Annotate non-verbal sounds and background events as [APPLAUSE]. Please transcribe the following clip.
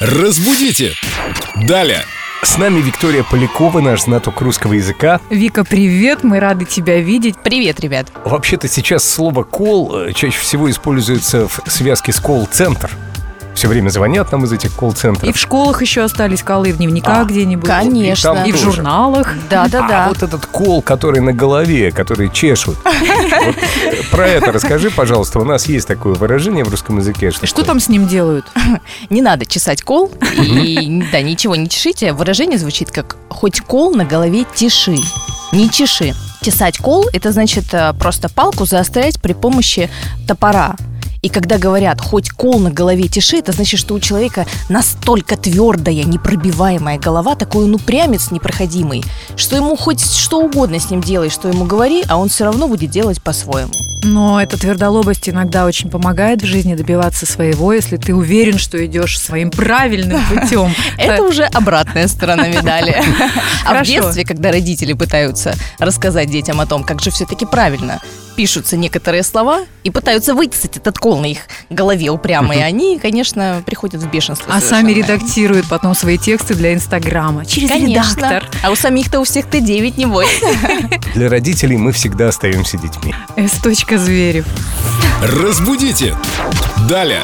Разбудите! Далее! С нами Виктория Полякова, наш знаток русского языка. Вика, привет, мы рады тебя видеть. Привет, ребят. Вообще-то сейчас слово «колл» э, чаще всего используется в связке с «колл-центр». Все время звонят нам из этих И колл-центров. в школах еще остались колы, и в дневниках А, где-нибудь. конечно. там И в тоже. журналах. Да-да-да. А вот этот кол, который на голове, который чешут. Вот, э, про это расскажи, пожалуйста. У нас есть такое выражение в русском языке. Что там с ним делают? Не надо чесать кол и да, ничего не чешите. Выражение звучит как «хоть кол на голове тиши». Не чеши. Чесать кол – это значит э, просто палку заострять при помощи топора. И когда говорят «хоть кол на голове тиши», это значит, что у человека настолько твердая, непробиваемая голова, такой он упрямец непроходимый, что ему хоть что угодно с ним делай, что ему говори, а он все равно будет делать по-своему. Но эта твердолобость иногда очень помогает в жизни добиваться своего, если ты уверен, что идешь своим [LAUGHS] правильным путем. Это уже обратная [LAUGHS] сторона медали. А в Хорошо. детстве, когда родители пытаются рассказать детям о том, как же все-таки правильно пишутся некоторые слова и пытаются вытесать этот кол на их голове упрямые, они, конечно, приходят в бешенство. А сами совершенно. редактируют потом свои тексты для Инстаграма. Через Конечно. редактор. А у самих-то у всех ты 9, не бойся. Для родителей мы всегда остаемся детьми. С. Зверев. Разбудите! Далее!